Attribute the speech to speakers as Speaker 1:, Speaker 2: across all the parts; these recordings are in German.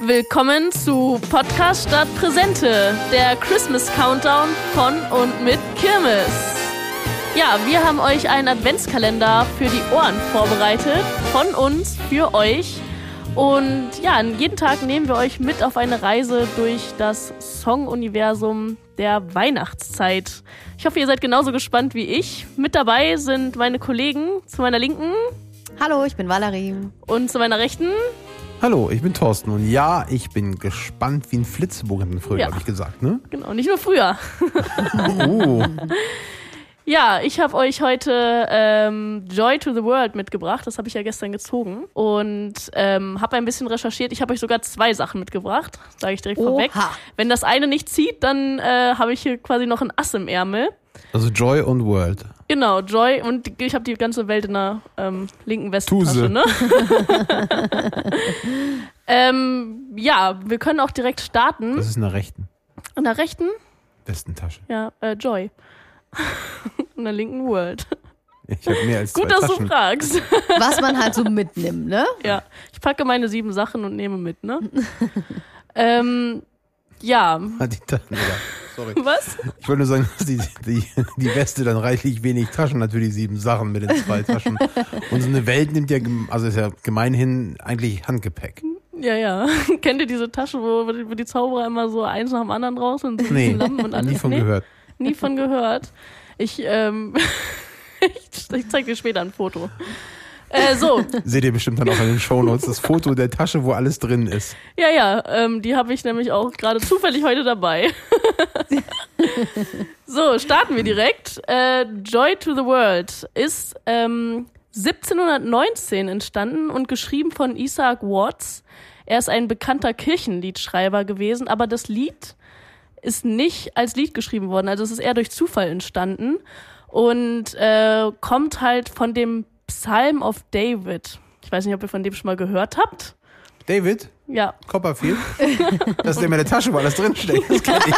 Speaker 1: Willkommen zu Podcast Stadt Präsente, der Christmas Countdown von und mit Kirmes. Ja, wir haben euch einen Adventskalender für die Ohren vorbereitet, von uns, für euch. Und ja, an jeden Tag nehmen wir euch mit auf eine Reise durch das Songuniversum der Weihnachtszeit. Ich hoffe, ihr seid genauso gespannt wie ich. Mit dabei sind meine Kollegen zu meiner Linken
Speaker 2: Hallo, ich bin Valerie.
Speaker 1: und zu meiner Rechten.
Speaker 3: Hallo, ich bin Thorsten und ja, ich bin gespannt wie ein Flitzebogen früher,
Speaker 1: Ja.
Speaker 3: habe ich gesagt, ne?
Speaker 1: Genau, nicht nur früher.
Speaker 3: Oh,
Speaker 1: Ja, ich habe euch heute ähm, Joy to the World mitgebracht. Das habe ich ja gestern gezogen und ähm, habe ein bisschen recherchiert. Ich habe euch sogar zwei Sachen mitgebracht, sage ich direkt
Speaker 2: Oha.
Speaker 1: vorweg. Wenn das eine nicht zieht, dann äh, habe ich hier quasi noch ein Ass im Ärmel.
Speaker 3: also Joy und World.
Speaker 1: Genau, Joy und ich habe die ganze Welt in der ähm, linken Westentasche.
Speaker 3: Tuse.
Speaker 1: Ne? ähm, ja, wir können auch direkt starten.
Speaker 3: Das ist in der rechten
Speaker 1: In der rechten,
Speaker 3: Westentasche.
Speaker 1: ja, äh, Joy. In der linken World.
Speaker 3: Ich habe mehr als zwei
Speaker 1: Gut, dass du
Speaker 3: Taschen.
Speaker 1: fragst.
Speaker 2: Was man halt so mitnimmt, ne?
Speaker 1: Ja, ich packe meine sieben Sachen und nehme mit, ne? ähm, ja,
Speaker 3: Die Taschen ja. Sorry.
Speaker 1: was?
Speaker 3: Ich wollte nur sagen, dass die, die, die Weste dann reichlich wenig Taschen hat für die sieben Sachen mit den zwei Taschen. Und so eine Welt nimmt ja, gem- also ist ja gemeinhin eigentlich Handgepäck.
Speaker 1: Ja, ja. Kennt ihr diese Tasche, wo, wo die Zauberer immer so eins nach dem anderen raus und so
Speaker 3: Nee,
Speaker 1: die Lampen und alles?
Speaker 3: nie von
Speaker 1: Nee,
Speaker 3: gehört.
Speaker 1: Nie von gehört. Ich, ähm, ich, ich zeig dir später ein Foto. Äh, so,
Speaker 3: Seht ihr bestimmt dann auch in den Shownotes das Foto der Tasche, wo alles drin ist.
Speaker 1: ja, ja, ähm, die habe ich nämlich auch gerade zufällig heute dabei. so, starten wir direkt. Äh, Joy to the World ist ähm, 1719 entstanden und geschrieben von Isaac Watts. Er ist ein bekannter Kirchenliedschreiber gewesen, aber das Lied ist nicht als Lied geschrieben worden, also es ist eher durch Zufall entstanden und äh, kommt halt von dem Psalm of David. Ich weiß nicht, ob ihr von dem schon mal gehört habt.
Speaker 3: David,
Speaker 1: Ja,
Speaker 3: Copperfield. Das ist der mit der Tasche, wo alles drinsteckt. Das kenn ich.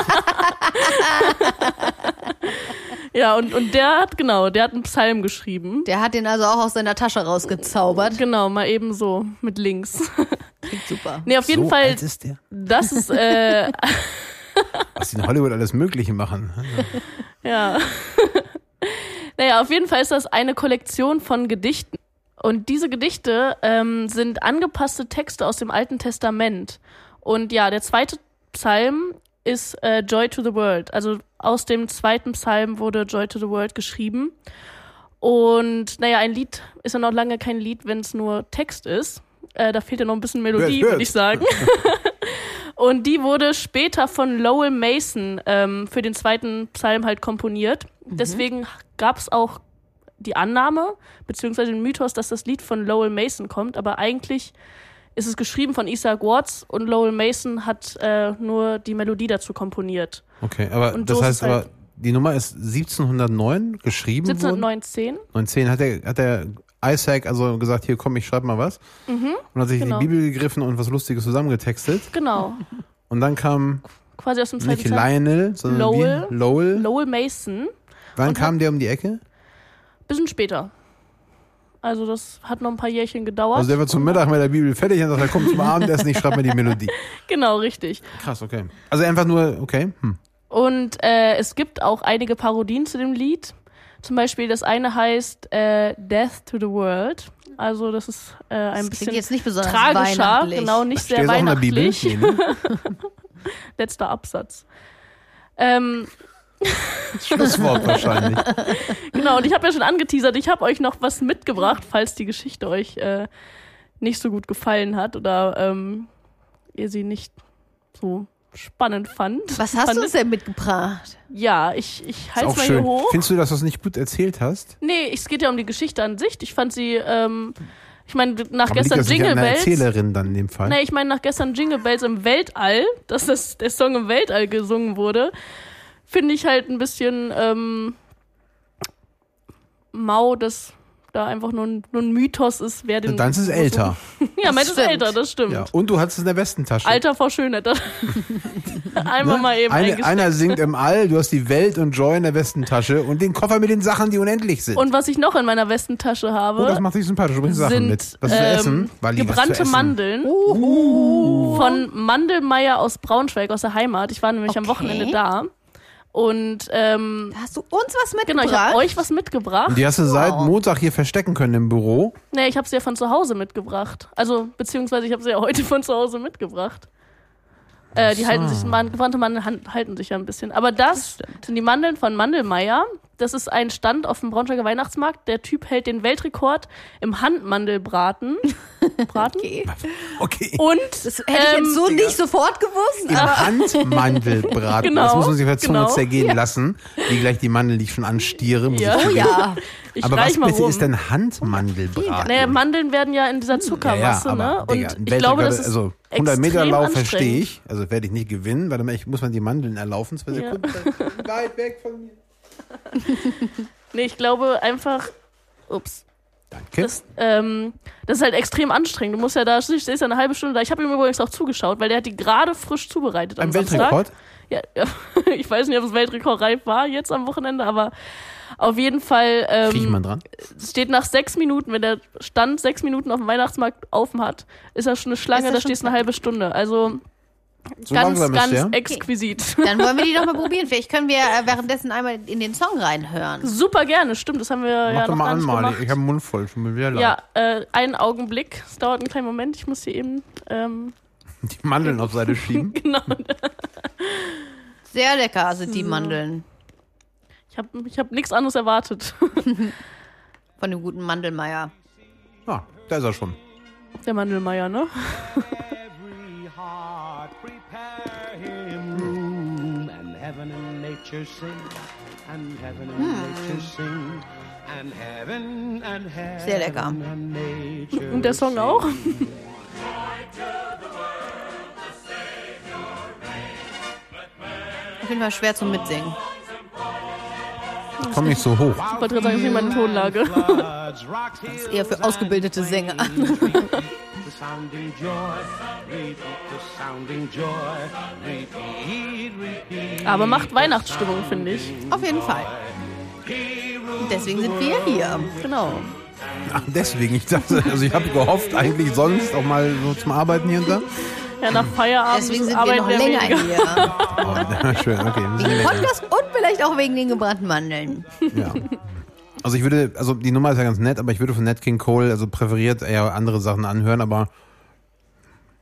Speaker 1: Ja, und, und der hat, genau, der hat einen Psalm geschrieben.
Speaker 2: Der hat den also auch aus seiner Tasche rausgezaubert.
Speaker 1: Genau, mal eben so mit links.
Speaker 2: Klingt super.
Speaker 1: Nee, auf jeden
Speaker 3: so
Speaker 1: Fall,
Speaker 3: alt ist der.
Speaker 1: das ist, äh,
Speaker 3: Was die in Hollywood alles Mögliche machen.
Speaker 1: ja. Naja, auf jeden Fall ist das eine Kollektion von Gedichten. Und diese Gedichte ähm, sind angepasste Texte aus dem Alten Testament. Und ja, der zweite Psalm ist äh, Joy to the World. Also aus dem zweiten Psalm wurde Joy to the World geschrieben. Und naja, ein Lied ist ja noch lange kein Lied, wenn es nur Text ist. Äh, da fehlt ja noch ein bisschen Melodie,
Speaker 3: Hört, hört.
Speaker 1: würde ich sagen. Und die wurde später von Lowell Mason ähm, für den zweiten Psalm halt komponiert. Deswegen gab es auch die Annahme, beziehungsweise den Mythos, dass das Lied von Lowell Mason kommt, aber eigentlich ist es geschrieben von Isaac Watts und Lowell Mason hat äh, nur die Melodie dazu komponiert.
Speaker 3: Okay, aber
Speaker 1: Und
Speaker 3: das
Speaker 1: so ist
Speaker 3: heißt
Speaker 1: es halt.
Speaker 3: aber, die Nummer ist 1709 geschrieben
Speaker 1: 1719?
Speaker 3: worden. 19 hat der, hat der Isaac also gesagt, hier komm, ich schreibe mal was. und hat sich
Speaker 1: genau.
Speaker 3: die Bibel gegriffen und was Lustiges zusammengetextet.
Speaker 1: Genau.
Speaker 3: Und dann kam
Speaker 1: Quasi aus dem zweiten
Speaker 3: nicht
Speaker 1: Psalm.
Speaker 3: Lionel, sondern
Speaker 1: Lowell.
Speaker 3: Wie? Lowell.
Speaker 1: Lowell Mason.
Speaker 3: Wann
Speaker 1: Und
Speaker 3: kam der um die Ecke?
Speaker 1: Bisschen später. Also das hat noch ein paar Jährchen gedauert.
Speaker 3: Also der war zum Mittag mit der Bibel fertig und sagt, komm zum Abendessen, ich schreibe mir die Melodie.
Speaker 1: genau, richtig.
Speaker 3: Krass, okay. Also einfach nur, okay. Hm.
Speaker 1: Und äh, es gibt auch einige Parodien zu dem Lied. Zum Beispiel das eine heißt äh, Death to the World. Also das ist äh, ein
Speaker 2: Das
Speaker 1: bisschen
Speaker 2: klingt jetzt nicht besonders
Speaker 1: tragischer,
Speaker 2: Äh, weihnachtlich.
Speaker 1: genau, nicht sehr
Speaker 3: Steht's auch in der Bibel?
Speaker 1: weihnachtlich.
Speaker 3: Nee, ne?
Speaker 1: Letzter Absatz. Ähm,
Speaker 3: Schlusswort wahrscheinlich.
Speaker 1: genau, und ich habe ja schon angeteasert, ich habe euch noch was mitgebracht, falls die Geschichte euch äh, nicht so gut gefallen hat oder ähm, ihr sie nicht so spannend fand.
Speaker 2: Was hast du
Speaker 1: fandet.
Speaker 2: uns denn mitgebracht?
Speaker 1: Ja, ich, ich
Speaker 3: Ist
Speaker 1: halte
Speaker 3: auch
Speaker 1: mal
Speaker 3: schön.
Speaker 1: hier hoch.
Speaker 3: Findest du, dass du es nicht gut erzählt hast?
Speaker 1: Nee, es geht ja um die Geschichte an sich. Ich fand sie, ähm, ich meine, nach
Speaker 3: Aber
Speaker 1: gestern
Speaker 3: liegt das nicht
Speaker 1: Jingle
Speaker 3: an der
Speaker 1: Bells.
Speaker 3: Erzählerin dann in dem Fall?
Speaker 1: Nee, ich meine, nach gestern Jingle Bells im Weltall, dass das, der Song im Weltall gesungen wurde, finde ich halt ein bisschen ähm, mau, dass da einfach nur ein, nur ein Mythos ist, wer den.
Speaker 3: Deins ist älter.
Speaker 1: Ja, meins ist
Speaker 2: stimmt.
Speaker 1: älter, das stimmt.
Speaker 3: Ja. oh, Und du hattest es in der Westentasche.
Speaker 1: Alter vor Schönheit. das- Einmal
Speaker 3: Ne?
Speaker 1: mal eben
Speaker 3: Eine,
Speaker 1: eingesteckt.
Speaker 3: Einer singt im All, du hast die Welt und Joy in der Westentasche und den Koffer mit den Sachen, die unendlich sind.
Speaker 1: Und was ich noch in meiner Westentasche
Speaker 3: oh, das
Speaker 1: habe,
Speaker 3: macht dich sympathisch. Du bringst Sachen
Speaker 1: sind
Speaker 3: mit. Was zu
Speaker 1: ähm,
Speaker 3: essen? Vali, was zu
Speaker 1: gebrannte
Speaker 3: essen?
Speaker 1: Mandeln.
Speaker 3: Uh,
Speaker 1: von Mandelmeier aus Braunschweig, aus der Heimat. Ich war nämlich am
Speaker 2: Okay.
Speaker 1: Wochenende da. Und ähm,
Speaker 2: Da hast du uns was
Speaker 1: genau,
Speaker 2: mitgebracht?
Speaker 1: ich habe euch was
Speaker 3: Und
Speaker 1: mitgebracht.
Speaker 3: die hast du seit
Speaker 1: Oh.
Speaker 3: Montag hier verstecken können im Büro.
Speaker 1: Nee, ich habe sie ja von zu Hause mitgebracht. Also, beziehungsweise ich habe sie ja heute von zu Hause mitgebracht. Äh, die
Speaker 3: so.
Speaker 1: halten sich, man, gebrannte Mandeln han- halten sich ja ein bisschen. Aber das, sind die Mandeln von Mandelmeier. Das ist ein Stand auf dem Braunschweiger Weihnachtsmarkt. Der Typ hält den Weltrekord im Handmandelbraten. Braten?
Speaker 2: Okay.
Speaker 3: Okay.
Speaker 1: Und
Speaker 2: Das hätte ich
Speaker 1: ähm,
Speaker 2: jetzt so nicht sofort gewusst.
Speaker 3: Im Handmandelbraten.
Speaker 1: Genau,
Speaker 3: das muss man sich auf der Zunge
Speaker 1: genau.
Speaker 3: zergehen lassen. Wie gleich die Mandeln, die ich schon anstiere. Muss
Speaker 1: Ja.
Speaker 3: ich
Speaker 2: Oh
Speaker 3: schon-
Speaker 2: ja.
Speaker 1: ich
Speaker 3: Aber
Speaker 1: reich
Speaker 3: was
Speaker 1: mal
Speaker 3: bitte
Speaker 1: rum.
Speaker 3: ist denn Hm, Handmandelbraten?
Speaker 1: Naja, Mandeln werden ja in dieser Zuckermasse, ne? Und
Speaker 3: Digga,
Speaker 1: ich glaube, das ist
Speaker 3: also 100 Meter
Speaker 1: extrem
Speaker 3: Lauf verstehe
Speaker 1: anstrengend.
Speaker 3: ich. Also werde ich nicht gewinnen. Warte mal, ich muss man die Mandeln erlaufen. Zwei
Speaker 1: Ja.
Speaker 3: Sekunden. Weit weg von mir.
Speaker 1: Nee, ich glaube einfach, ups,
Speaker 3: Danke.
Speaker 1: das, ähm, das ist halt extrem anstrengend. Du musst ja da, stehst ja eine halbe Stunde da. Ich habe ihm übrigens auch zugeschaut, weil der hat die gerade frisch zubereitet am
Speaker 3: Ein
Speaker 1: Samstag.
Speaker 3: Weltrekord.
Speaker 1: Ja, ja, ich weiß nicht, ob es Weltrekord reif war jetzt am Wochenende, aber auf jeden Fall
Speaker 3: Kriegt man
Speaker 1: ähm,
Speaker 3: dran.
Speaker 1: steht nach sechs Minuten, wenn der Stand sechs Minuten auf dem Weihnachtsmarkt offen hat, ist da schon eine
Speaker 2: Ist
Speaker 1: Schlange,
Speaker 2: er
Speaker 1: da
Speaker 2: schon
Speaker 1: stehst du eine halbe Stunde. Also
Speaker 3: So
Speaker 1: ganz,
Speaker 3: langsam
Speaker 1: ganz
Speaker 3: ist der.
Speaker 1: exquisit.
Speaker 2: Dann wollen wir die doch mal probieren. Vielleicht können wir äh, währenddessen einmal in den Song reinhören.
Speaker 1: Super gerne, stimmt, das haben wir
Speaker 3: Mach
Speaker 1: ja
Speaker 3: doch
Speaker 1: noch
Speaker 3: mal
Speaker 1: gar
Speaker 3: an,
Speaker 1: nicht
Speaker 3: Mali.
Speaker 1: gemacht.
Speaker 3: Ich habe den Mund voll. Schon wieder leid.
Speaker 1: Ja, äh, einen Augenblick. Es dauert einen kleinen Moment. Ich muss hier eben. Ähm,
Speaker 3: Die Mandeln auf Seite schieben.
Speaker 1: genau.
Speaker 2: Sehr lecker sind
Speaker 1: Mhm.
Speaker 2: die Mandeln.
Speaker 1: Ich habe ich hab nichts anderes erwartet.
Speaker 2: Von dem guten Mandelmeier.
Speaker 3: Ah, da ist er schon.
Speaker 1: Der Mandelmeier, ne?
Speaker 4: Every heart prepare him room, and heaven and nature sing, and heaven and nature sing, and heaven and
Speaker 2: Sehr lecker.
Speaker 4: heaven and nature
Speaker 1: Und der Song auch.
Speaker 2: Auf jeden Fall schwer zum Mitsingen.
Speaker 3: Komm nicht so hoch.
Speaker 1: Ich wollte gerade sagen, das ist nicht meine Tonlage.
Speaker 4: ist
Speaker 2: eher für ausgebildete Sänger.
Speaker 4: The sounding joy, repeat the sounding joy, repeat, repeat.
Speaker 1: Aber macht Weihnachtsstimmung, finde ich.
Speaker 2: Auf jeden Fall. Und deswegen sind wir hier.
Speaker 1: Genau.
Speaker 3: Ach, deswegen. Ich dachte, also ich habe gehofft, eigentlich sonst auch mal so zum Arbeiten hier und da.
Speaker 1: Ja, nach Feierabend
Speaker 2: Deswegen
Speaker 1: ist
Speaker 2: sind wir
Speaker 1: Arbeit
Speaker 2: noch
Speaker 1: der
Speaker 2: länger
Speaker 1: weniger.
Speaker 2: hier.
Speaker 3: Oh, schön, okay. ein bisschen länger.
Speaker 2: Podcast und vielleicht auch wegen den gebrannten Mandeln.
Speaker 3: Ja. Also ich würde, also die Nummer ist ja ganz nett, aber ich würde von Nat King Cole, also präferiert eher andere Sachen anhören, aber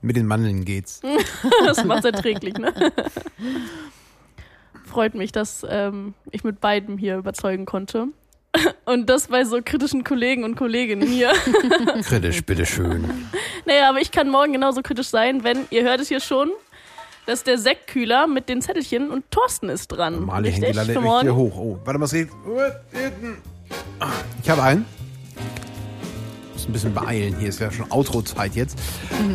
Speaker 3: mit den Mandeln geht's.
Speaker 1: Das macht erträglich, ne? Freut mich, dass ähm, ich mit beidem hier überzeugen konnte. Und das bei so kritischen Kollegen und Kolleginnen hier.
Speaker 3: Kritisch, bitteschön.
Speaker 1: Naja, aber ich kann morgen genauso kritisch sein, wenn, ihr hört es hier schon, dass der Sektkühler mit den Zettelchen und Thorsten ist dran.
Speaker 3: Mali hängt die
Speaker 1: Richtig? Für
Speaker 3: Latte echt hier
Speaker 1: morgen?
Speaker 3: hoch. Oh, warte mal, es geht. Ich habe einen. Muss ein bisschen beeilen. Hier ist ja schon Outro-Zeit jetzt.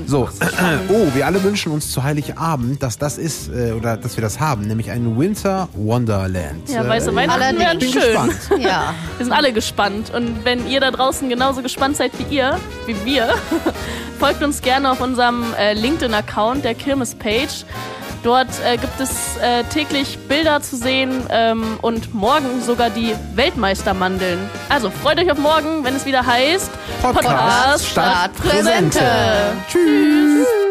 Speaker 3: So, oh, wir alle wünschen uns zu Heiligabend, dass das ist, äh, oder dass wir das haben, nämlich ein Winter Wonderland.
Speaker 1: Ja, weiße
Speaker 3: Äh,
Speaker 1: Weihnachten
Speaker 2: allerdings.
Speaker 1: wären
Speaker 3: bin
Speaker 1: schön.
Speaker 3: gespannt.
Speaker 2: Ja.
Speaker 1: Wir sind alle gespannt. Und wenn ihr da draußen genauso gespannt seid wie ihr, wie wir, folgt uns gerne auf unserem äh, LinkedIn-Account, der Kirmes-Page. Dort äh, gibt es äh, täglich Bilder zu sehen ähm, und morgen sogar die Weltmeistermandeln. Also freut euch auf morgen, wenn es wieder heißt
Speaker 3: Podcast statt Präsente.
Speaker 1: Präsente.
Speaker 3: Tschüss.